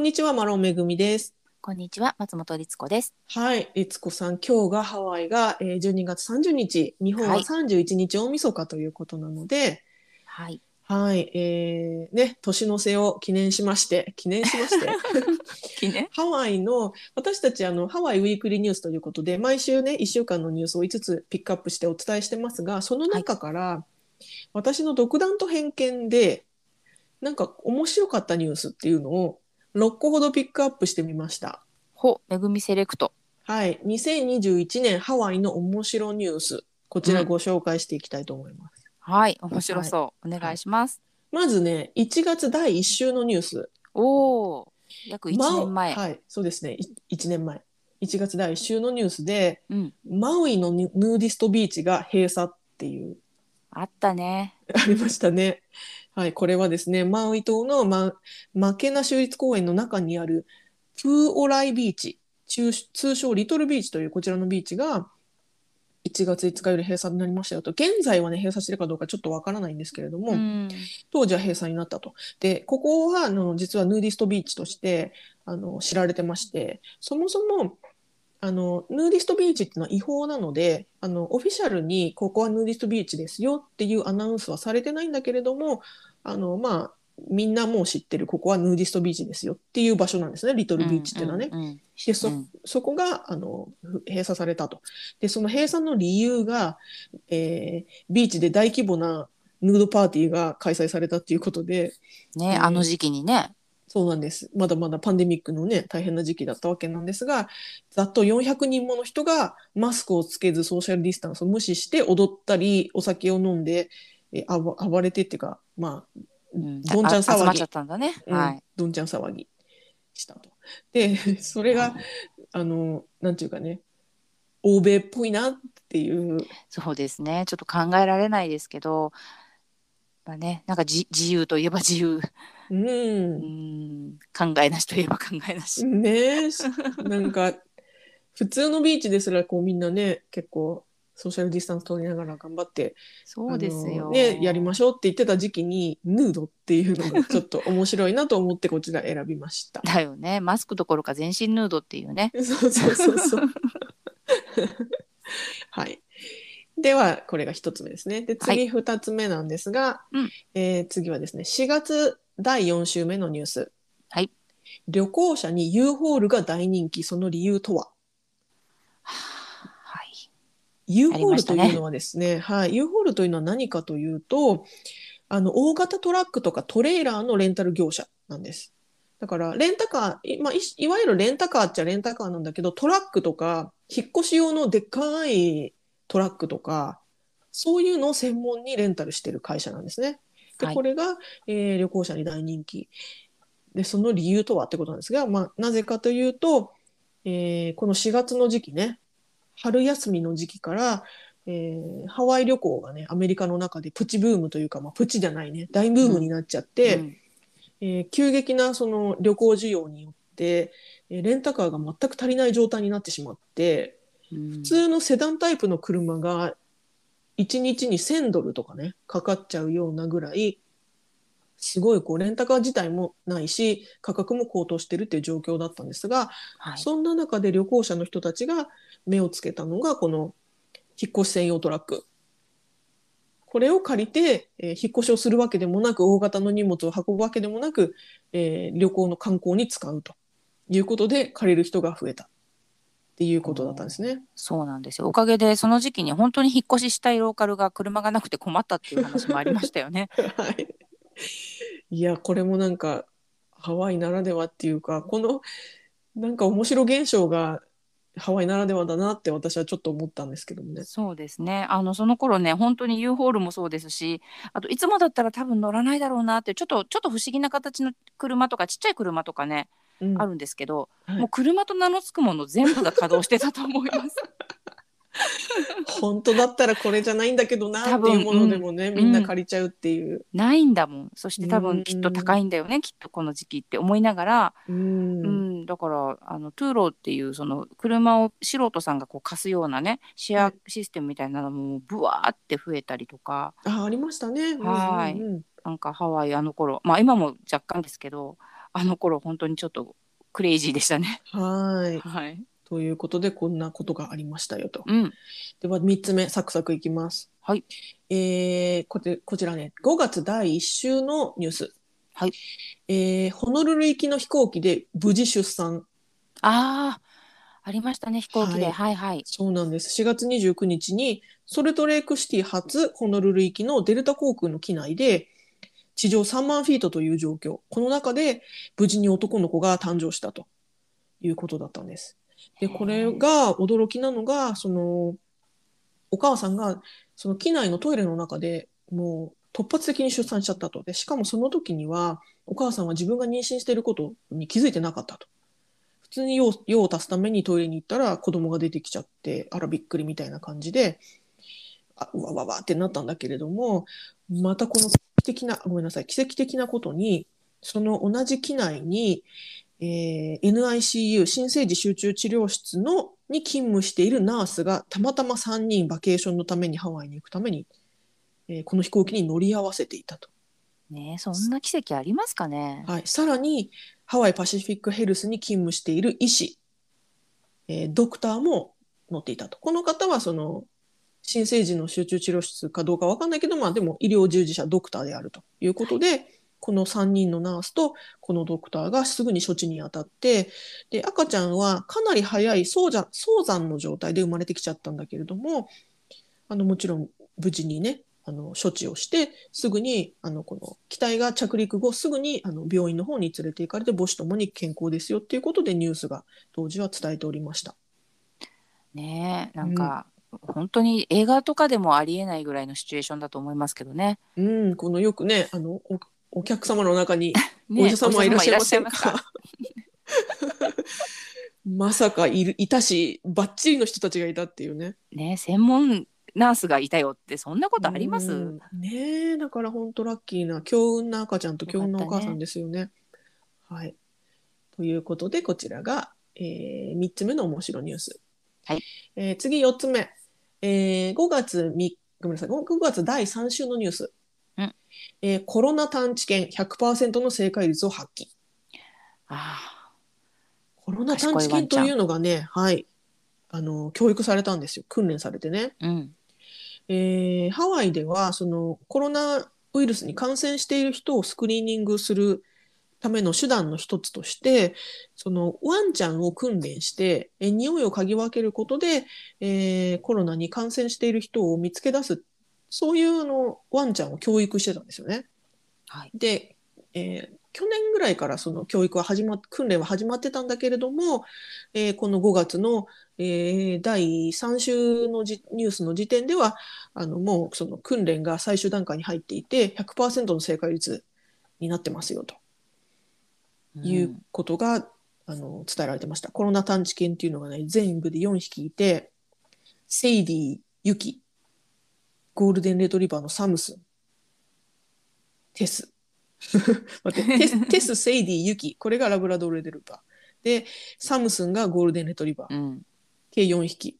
にちは、マロンめぐみです。こんにちは、松本律子です。はい、律子さん、今日がハワイが、えー、12月30日、日本ははい31日大晦日ということなので、はい。はい、えーね、年の瀬を記念しまして、記念しまして、記念。ハワイの、私たちあの、ハワイウィークリーニュースということで、毎週ね、1週間のニュースを5つピックアップしてお伝えしてますが、その中から、私の独断と偏見で、なんか面白かったニュースっていうのを6個ほどピックアップしてみました。ほ、めぐみセレクト。はい、2021年ハワイの面白ニュース、こちらご紹介していきたいと思います。はい、面白そう。お願いします。まずね、1月第1週のニュース。おお。約一年前。マウはい、そうですね、1年前。1月第1週のニュースで、うん。マウイのヌヌーディストビーチが閉鎖っていう、あったね。ありましたね。はい、これはですね、マウイ島のママケナ州立公園の中にあるプーオライビーチ、中通称リトルビーチというこちらのビーチが、1月5日より閉鎖になりましたよと、現在はね、閉鎖してるかどうかちょっとわからないんですけれども、うん。当時は閉鎖になったと。で、ここはあの実はヌーディストビーチとしてあの知られてまして、そもそもあのヌーディストビーチっていうのは違法なのであの、オフィシャルにここはヌーディストビーチですよっていうアナウンスはされてないんだけれども、あのまあ、みんなもう知ってる、ここはヌーディストビーチですよっていう場所なんですね、リトルビーチっていうのはね。うんうんうんでそうんそこがあのふ閉鎖されたと。で、その閉鎖の理由が、えービーチで大規模なヌードパーティーが開催されたということで、ね、うんあの時期にね。そうなんです。まだまだパンデミックのね、大変な時期だったわけなんですが、ざっと400人もの人がマスクをつけずソーシャルディスタンスを無視して踊ったり、お酒を飲んで、えー暴暴れてっていうか、まあ、うん。どんちゃんあ集ま騒っちぎゃったんだね。うんはい。どんちゃん騒ぎしたと。で、それが、あの、なんていうかね、欧米っぽいなっていう、そうですね。ちょっと考えられないですけど。まあね、なんかじ自由といえば自由、う、うんん、考えなしといえば考えなし、ねえ、しなんか、普通のビーチですら、こうみんなね、結構、ソーシャルディスタンス取りながら頑張って、そうですあよ、のね、やりましょうって言ってた時期に、ヌードっていうのがちょっと面白いなと思って、こちら選びました。だよねマスクどころか全身ヌードっていうね そうそうそうそう。 はい。では、これが一つ目ですね。で、は次二つ目なんですが、うんえー次はですね、4月第4週目のニュース。はい。旅行者に U ホールが大人気、その理由とははい、 U ありホーまルしたとねいうのはですね、はい、U ホールというのは何かというと、あの大型トラックとかトレーラーのレンタル業者なんです。だからレンタカー、いまあ、いいわゆるレンタカーっちゃレンタカーなんだけど、トラックとか引っ越し用のでっかいトラックとか、そういうのを専門にレンタルしてる会社なんですね。で、はいこれが、えー旅行者に大人気。で、その理由とはってことなんですが、まあ、なぜかというと、えーこの4月の時期ね、春休みの時期から、えーハワイ旅行がね、アメリカの中でプチブームというか、まあ、プチじゃないね、大ブームになっちゃって、うんえー急激なその旅行需要によって、えーレンタカーが全く足りない状態になってしまって、うん普通のセダンタイプの車が1日に1000ドルとかね、かかっちゃうようなぐらい、すごいこうレンタカー自体もないし、価格も高騰してるっていう状況だったんですが、はい、そんな中で旅行者の人たちが目をつけたのがこの引っ越し専用トラック。これを借りて、えー引っ越しをするわけでもなく大型の荷物を運ぶわけでもなく、えー旅行の観光に使うということで借りる人が増えたっていうことだったんですね。そうなんですよおかげでその時期に本当に引っ越ししたいローカルが車がなくて困ったっていう話もありました よねはい、いやこれもなんかハワイならではっていうかこのなんか面白現象がハワイならではだなって私はちょっと思ったんですけどもね。そうですねあのその頃ね本当に U ホールもそうですしあといつもだったら多分乗らないだろうなってちょっとちょっと不思議な形の車とかちっちゃい車とかね、うんあるんですけど、はいもう車と名の付くもの全部が稼働してたと思います 本当だったらこれじゃないんだけどな多って分いうものでもね、んみんな借りちゃうっていう。ないんだもんそして多分きっとうん高いんだよねきっとこの時期って思いながらうんう。ん、だからあのトゥーローっていうその車を素人さんがこう貸すようなねシェはアシステムみたいなのもブワーって増えたりとかあ、ありましたね。はいうんうんうんなんかハワイあの頃まあ今も若干ですけどあの頃本当にちょっとクレイジーでしたね。はい。はい。ということで、こんなことがありましたよと。うん。では、3つ目、サクサクいきます。はい。えーこてこちらね、5月第1週のニュース。はい。えーホノルル行きの飛行機で無事出産。ああ、ありましたね、飛行機で。はいはいはい。そうなんです。4月29日に、ソルトレークシティ発ホノルル行きのデルタ航空の機内で、地上3万フィートという状況。この中で、無事に男の子が誕生したということだったんです。で、これが驚きなのが、その、お母さんが、その機内のトイレの中でもう突発的に出産しちゃったと。で、しかもその時には、お母さんは自分が妊娠していることに気づいてなかったと。普通に用用を足すためにトイレに行ったら子供が出てきちゃってあらびっくりみたいな感じであうわわわってなったんだけれどもまたこの奇跡的なごめんなさい奇跡的なことにその同じ機内に、えー NICU 新生児集中治療室のに勤務しているナースがたまたま3人バケーションのためにハワイに行くために、えーこの飛行機に乗り合わせていたと。ねえそんな奇跡ありますかね。はい、さらにハワイパシフィックヘルスに勤務している医師、えードクターも乗っていたと。この方はその新生児の集中治療室かどうかわかんないけど、まあ、でも医療従事者ドクターであるということで、この3人のナースとこのドクターがすぐに処置に当たってで赤ちゃんはかなり早い早産早産の状態で生まれてきちゃったんだけれどもあのもちろん無事にねあの処置をしてすぐにあのこの機体が着陸後すぐにあの病院の方に連れて行かれて母子ともに健康ですよっていうことでニュースが当時は伝えておりました。ねえなんか、本当に映画とかでもありえないぐらいのシチュエーションだと思いますけどね。うん、このよくねあのおお客様の中に ねえお医者様いらっしゃいませんお医者様いらっしゃいますか まさかいるいたしばっちりの人たちがいたっていうね。ねえ専門ナースがいたよってそんなことありまうすんねえだから本当ラッキーな強運な赤ちゃんと強運なお母さんですよね。はい、ということでこちらが、え3つ目の面白ニュース。はいえー次4つ目、え5月みごめんなさい5月第3週のニュース、うんえーコロナ探知犬100%の正解率を発揮。ああコロナ探知犬というのがね、はい、あの教育されたんですよ訓練されてね。うんえーハワイではそのコロナウイルスに感染している人をスクリーニングするための手段の一つとしてそのワンちゃんを訓練して、えー匂いを嗅ぎ分けることで、えーコロナに感染している人を見つけ出すそういうあのワンちゃんを教育してたんですよね。はいで、えー去年ぐらいからその教育は始まっ訓練は始まってたんだけれども、えーこの5月の、えー第3週のじニュースの時点ではあのもうその訓練が最終段階に入っていて100%の正解率になってますよとうんいうことが、あの伝えられてましたコロナ探知犬っていうのがね全部で4匹いてセイディユキゴールデンレトリバーのサムスンテス待ってテステスセイディユキこれがラブラドーレトリバーでサムスンがゴールデンレトリバーうん計4匹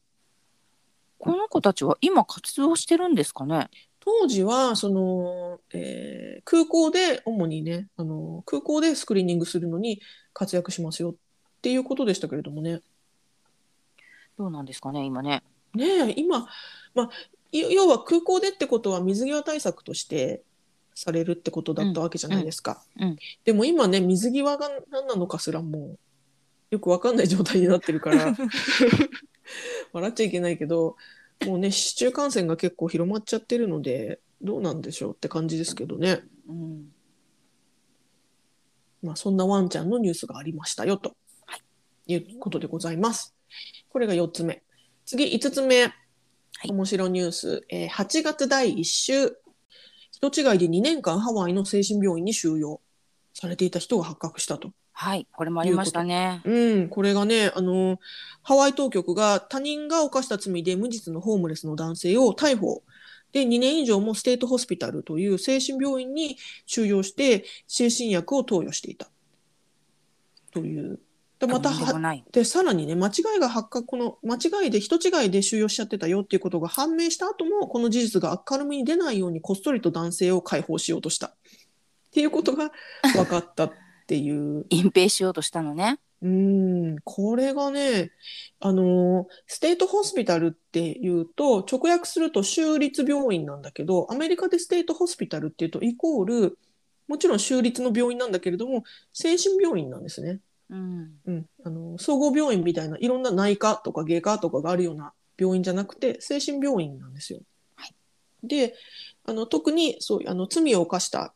この子たちは今活動してるんですかね。当時はその、えー空港で主にねあの空港でスクリーニングするのに活躍しますよっていうことでしたけれどもねどうなんですかね、今ね。ねえ今、まあ、い要は空港でってことは水際対策としてされるってことだったわけじゃないですか、うんうんでも今ね水際が何なのかすらもうよくわかんない状態になってるから笑っちゃいけないけどもうね市中感染が結構広まっちゃってるのでどうなんでしょうって感じですけどね、 うん。まあ、そんなワンちゃんのニュースがありましたよと、い、うことでございます。これが4つ目。次、5つ目。い面白ニュース、えー8月第1週。人違いで2年間ハワイの精神病院に収容されていた人が発覚したと。はい、これもありましたね。うん、これがね、あの、ハワイ当局が他人が犯した罪で無実のホームレスの男性を逮捕。で、2年以上もステートホスピタルという精神病院に収容して、精神薬を投与していた。という。でまたとんでもは、ない。で、さらにね、間違いが発覚、この、間違いで、人違いで収容しちゃってたよっていうことが判明した後も、この事実が明るみに出ないように、こっそりと男性を解放しようとした。っていうことが分かったっていう隠蔽しようとしたのね。うーん、これがね、あの、ステートホスピタルっていうと、直訳すると州立病院なんだけど、アメリカでステートホスピタルっていうと、イコール、もちろん州立の病院なんだけれども、精神病院なんですね。うん。うん。あの、総合病院みたいな、いろんな内科とか外科とかがあるような病院じゃなくて、精神病院なんですよ。はいで、あの、特に、そう、あの、罪を犯した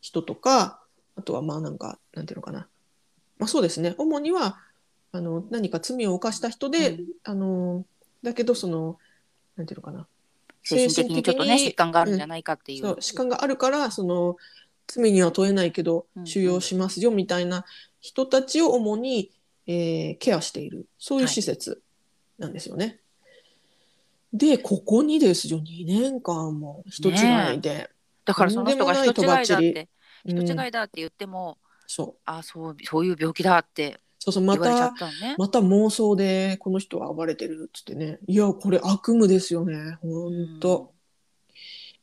人とか、あとは、まあ、なんか、なんていうのかな。まあ、そうですね。主には、あの、何か罪を犯した人で、うんあの、だけど、その、なんていうのかな。精神的にちょっとね精神疾的患があるんじゃないかっていう。そう疾患があるからその罪には問えないけどうんうん収容しますよみたいな人たちを主に、えーケアしているそういう施設なんですよね。でここにですよ2年間も人違いで、だからその人が人違いだっとんでもなてうん人違いだって言っても、そうあそうそういう病気だってそうそうま言われちゃたったのね。また妄想でこの人は暴れてるっつってねいやこれ悪夢ですよねほんと、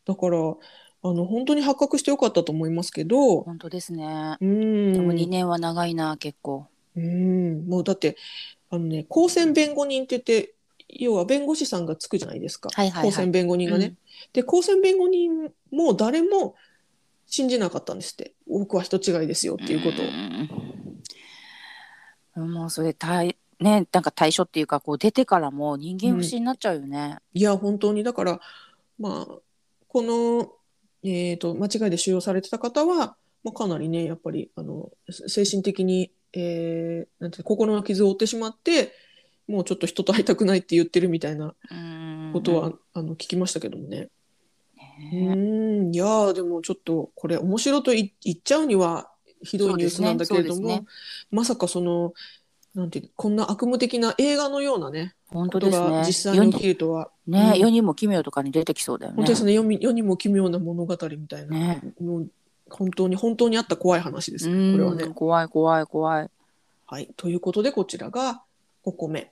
だからあの本当に発覚してよかったと思いますけうんど本当ですね。うんでも2年は長いな結構。うん、もうだって、あのね、公選弁護人って言って、要は弁護士さんがつくじゃないですか。はいはいはい公選弁護人がね。うんで、公選弁護人も誰も信じなかったんですって。僕は人違いですよっていうことを。うんもうそれ対ねなんか対処っていうかこう出てからも人間不信になっちゃうよね。いや、本当に、だから、まあ、この、えっと、間違いで収容されてた方は、まあ、かなりね、やっぱり、あの、精神的に、えーなんていうの心の傷を負ってしまって、もうちょっと人と会いたくないって言ってるみたいなうんことは、あの、聞きましたけどもね。うねーん、いやーでもちょっとこれ面白いとい言っちゃうにはひどいニュースなんだけれどそうも、ですねそうでまさかそのなんていうこんな悪夢的な映画のようなね本当ことですがね。実際に起きるとは、世にねうん世にも奇妙とかに出てきそうだよね。本当ですね世に世にも奇妙な物語みたいな、ねもう本当に本当にあった怖い話です、うんこれはね。怖い怖い怖い。はい、ということでこちらが5個目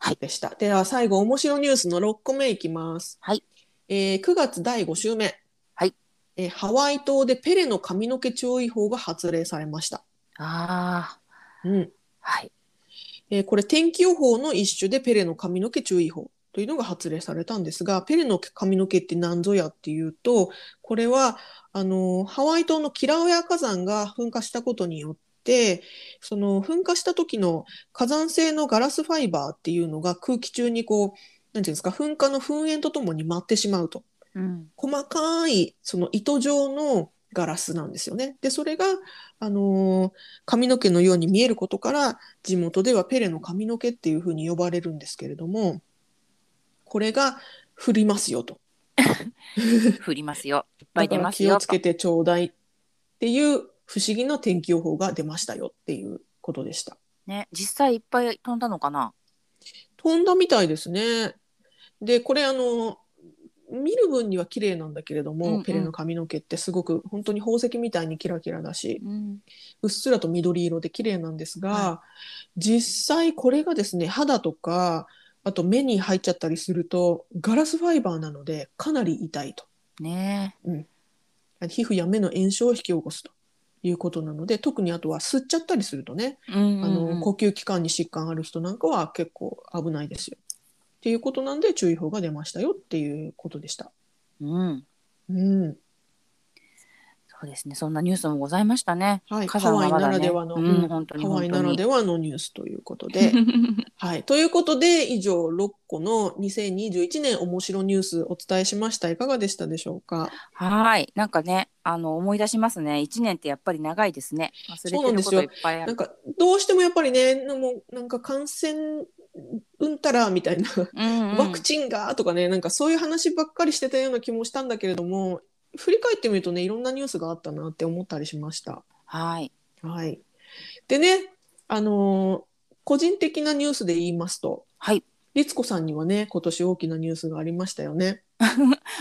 はいでした。では最後面白ニュースの6個目いきます。はいえー9月第5週目、はいえーハワイ島でペレの髪の毛注意報が発令されました。ああうんはい。えーこれ天気予報の一種でペレの髪の毛注意報というのが発令されたんですがペレの髪の毛って何ぞやっていうとこれはあのーハワイ島のキラウヤ火山が噴火したことによってその噴火した時の火山性のガラスファイバーっていうのが空気中にこうなんていうんですか噴火の噴煙とともに舞ってしまうと。うん細かいその糸状のガラスなんですよね。でそれが、あのー髪の毛のように見えることから地元ではペレの髪の毛っていうふうに呼ばれるんですけれどもこれが降りますよと。降りますよ。いっぱだいか出らます気をよ。つけてちょうだいっていう不思議な天気予報が出ましたよっていうことでした。ね実際いっぱい飛んだのかな。飛んだみたいですね。でこれあの見る分には綺麗なんだけれども、うんうんペレの髪の毛ってすごく本当に宝石みたいにキラキラだしうんうっすらと緑色で綺麗なんですが、は実際これがですね肌とかあと目に入っちゃったりするとガラスファイバーなのでかなり痛いとね皮膚や目の炎症を引き起こすということなので特にあとは吸っちゃったりするとね、え。うんうんあうんの呼吸器官に疾患ある人なんかは結構危ないですよ。っていうことなんで注意報が出ましたよっていうことでした。うん。うんそうですね。そんなニュースもございましたね。はい、ハ火山ワはイまなだらねではの、ううんん、本当にハワイ本な当らに。ではのニュースということで。はい。ということで、以上6個の2021年面白ニュースお伝えしました。いかがでしたでしょうか はい。なんかね、あの思い出しますね。一年ってやっぱり長いですね。忘れそうなてんでるすことよいっぱいあなんる。か、どうしてもやっぱりね、もうなんか感染うんたらみたいな、うんうんワクチンがとかね、なんかそういう話ばっかりしてたような気もしたんだけれども、振り返ってみるとね、いろんなニュースがあったなって思ったりしました。はい。はい。でね、あのー個人的なニュースで言いますと、はい。律子さんにはね、今年大きなニュースがありましたよね。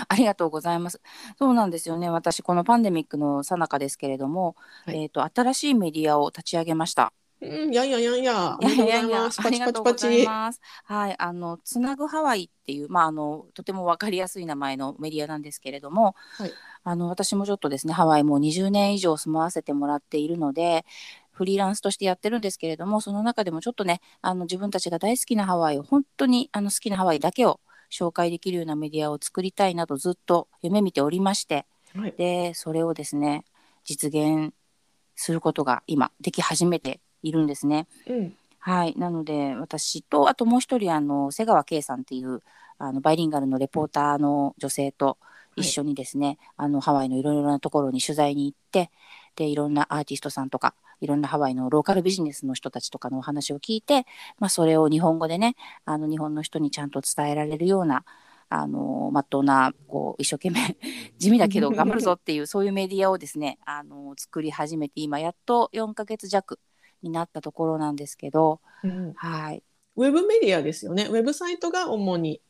ありがとうございます。そうなんですよね。私このパンデミックの最中ですけれども、はいえっ、と新しいメディアを立ち上げました。うん、やんやんやんや。おめでとうございます。あパりチパがとチパうございチ。ます。はい、あのつなぐハワイっていうまああのとてもわかりやすい名前のメディアなんですけれども、はいあの私もちょっとですねハワイもう20年以上住まわせてもらっているので。フリーランスとしてやってるんですけれどもその中でもちょっとねあの自分たちが大好きなハワイを本当にあの好きなハワイだけを紹介できるようなメディアを作りたいなとずっと夢見ておりましてはい。でそれをですね実現することが今でき始めているんですね。うん。はい、なので私とあともう一人あの瀬川圭さんっていうあのバイリンガルのレポーターの女性と一緒にですね、あのハワイのいろいろなところに取材に行ってでいろんなアーティストさんとかいろんなハワイのローカルビジネスの人たちとかのお話を聞いて、まあ、それを日本語でねあの日本の人にちゃんと伝えられるようなあのまっとうなこう一生懸命地味だけど頑張るぞっていうそういうメディアをですねあの作り始めて今やっと4ヶ月弱になったところなんですけど。うんはい。ウェブメディアですよね。ウェブサイトが主に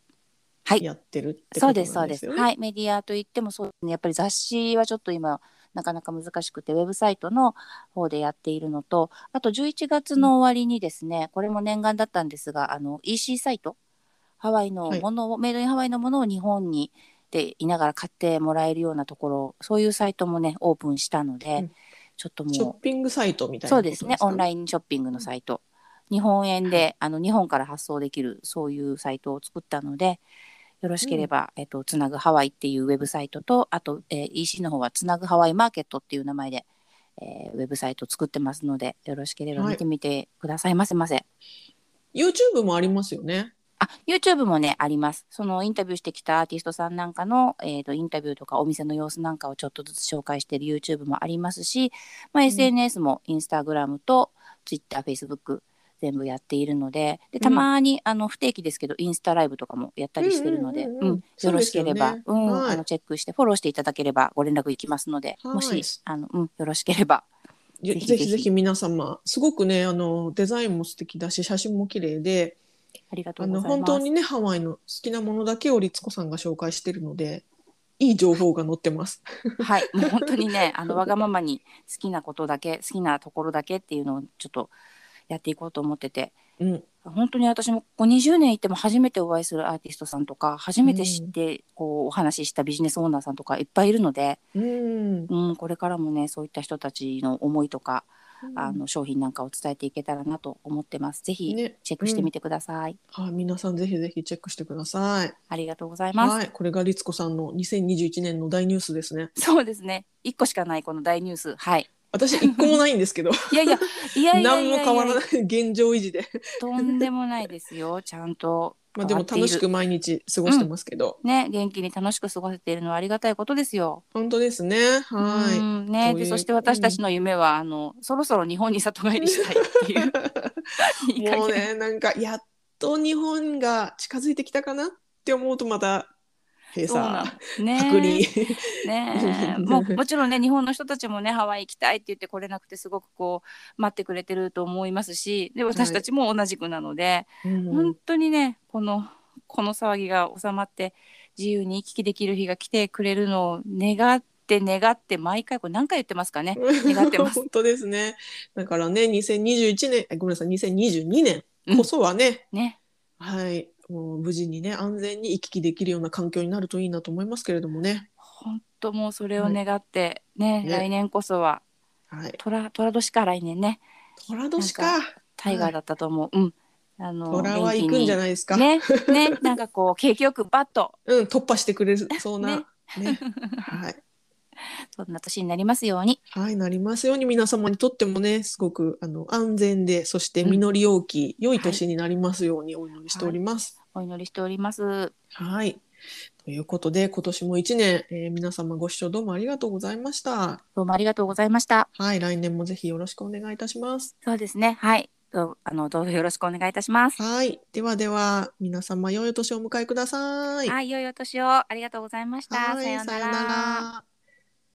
はいやってるってそこうとです、そなうんでですす。よね。はい。メディアといってもそうですね。やっぱり雑誌はちょっと今、なかなか難しくて、ウェブサイトの方でやっているのと、あと11月の終わりにですね、これも念願だったんですが、あの、EC サイト、ハワイのものを、メイドインハワイのものを日本にでいながら買ってもらえるようなところ、そういうサイトもね、オープンしたので、うんちょっとショッもピングサイトみう、たいなそこうとですね、かオンラインショッピングのサイト。日本円で、あの、日本から発送できる、そういうサイトを作ったので、よろしければ、えっと、つなぐハワイっていうウェブサイトと、あと、えー EC の方はつなぐハワイマーケットっていう名前で、えーウェブサイト作ってますので、よろしければはい見てみてくださいませませ。 YouTube もありますよね。あ、YouTube もね、あります。そのインタビューしてきたアーティストさんなんかの、えっ、と、インタビューとかお店の様子なんかをちょっとずつ紹介している YouTube もありますし、まあ、SNS も Instagram と Twitter、Facebook 全部やっているので、で、たまに、あの、不定期ですけど、インスタライブとかもやったりしてるので、ううんんうんうんうんそようろでしすけよねれば、うん、はいあの、チェックして、フォローしていただければご連絡いきますので、はいもし、あの、うん、よろしければ。ぜぜひひぜぜひひ皆様、すごくね、あのデザインも素敵だし、写真も綺麗で、ありがとあうござのいます。本当にね、ハワイの好きなものだけを律子さんが紹介してるので、いい情報が載ってます。はい、もう本当にね、あのわがままに好きなことだけ、好きなところだけっていうのをちょっとやっていこうと思ってて、うん、本当に私もここ20年行っても初めてお会いするアーティストさんとか、初めて知ってこうお話ししたビジネスオーナーさんとかいっぱいいるので、うん、うん、これからもね、そういった人たちの思いとか、あの商品なんかを伝えていけたらなと思ってます。ぜひね、チェックしてみてください。はい、皆さんぜひぜひチェックしてください。ありがとうございます。はい、これが律子さんの2021年の大ニュースですね。そうですね、一個しかないこの大ニュース、はい。私一個もないんですけど、 いやいや、いやいやいや何いもや変わらない現状維持で、とんでもないですよ。ちゃんとまあでも変楽わっていしるく毎日過ごしてますけど、ね、元気に楽しく過ごせているのはありがたいことですよ。本当ですね。はうい。んね、とでいうそして私たちの夢は、あのそろそろ日本に里帰りしたいっ ていういい加減もうねなんかやっと日本が近づいてきたかなって思うとまた閉そうな鎖のね隔離、 ね もうもちろんね行の人たちもねハワイ行きたいって言って来れなくてすごくこう待ってくれてると思いますしで私たちも同じくなので、うん本当にねこのこの騒ぎが収まって自由に行き来できる日が来てくれるのを願って願って毎回これ何回言ってますかね。願ってます 本当ですねだからね2021年あごめんなさい2022年こそはね、ねはいもう無事にね安全に行き来できるような環境になるといいなと思いますけれどもね本当もうそれを願って、ねね来年こそははい虎虎年か来年ね虎年かなタイガーだったと思う、うんあの虎は行くんじゃいないですか、ねねなんかこう 景気よくバッとうん突破してくれそうなねはいそんな年になりますようにはい、なりますように皆様にとってもね、すごくあの安全で、そして実り多き、良い年になりますようにお祈りしております。お祈りしておりますはい。ということで、今年も一年、えー皆様ご視聴どうもありがとうございました。どうもありがとうございましたはい、来年もぜひよろしくお願いいたします。そうですねはいどうあのどうぞよろしくお願いいたしますはい、ではでは、皆様良いお年をお迎えください。はい、良いお年をありがとうございましたはいさようなさようならら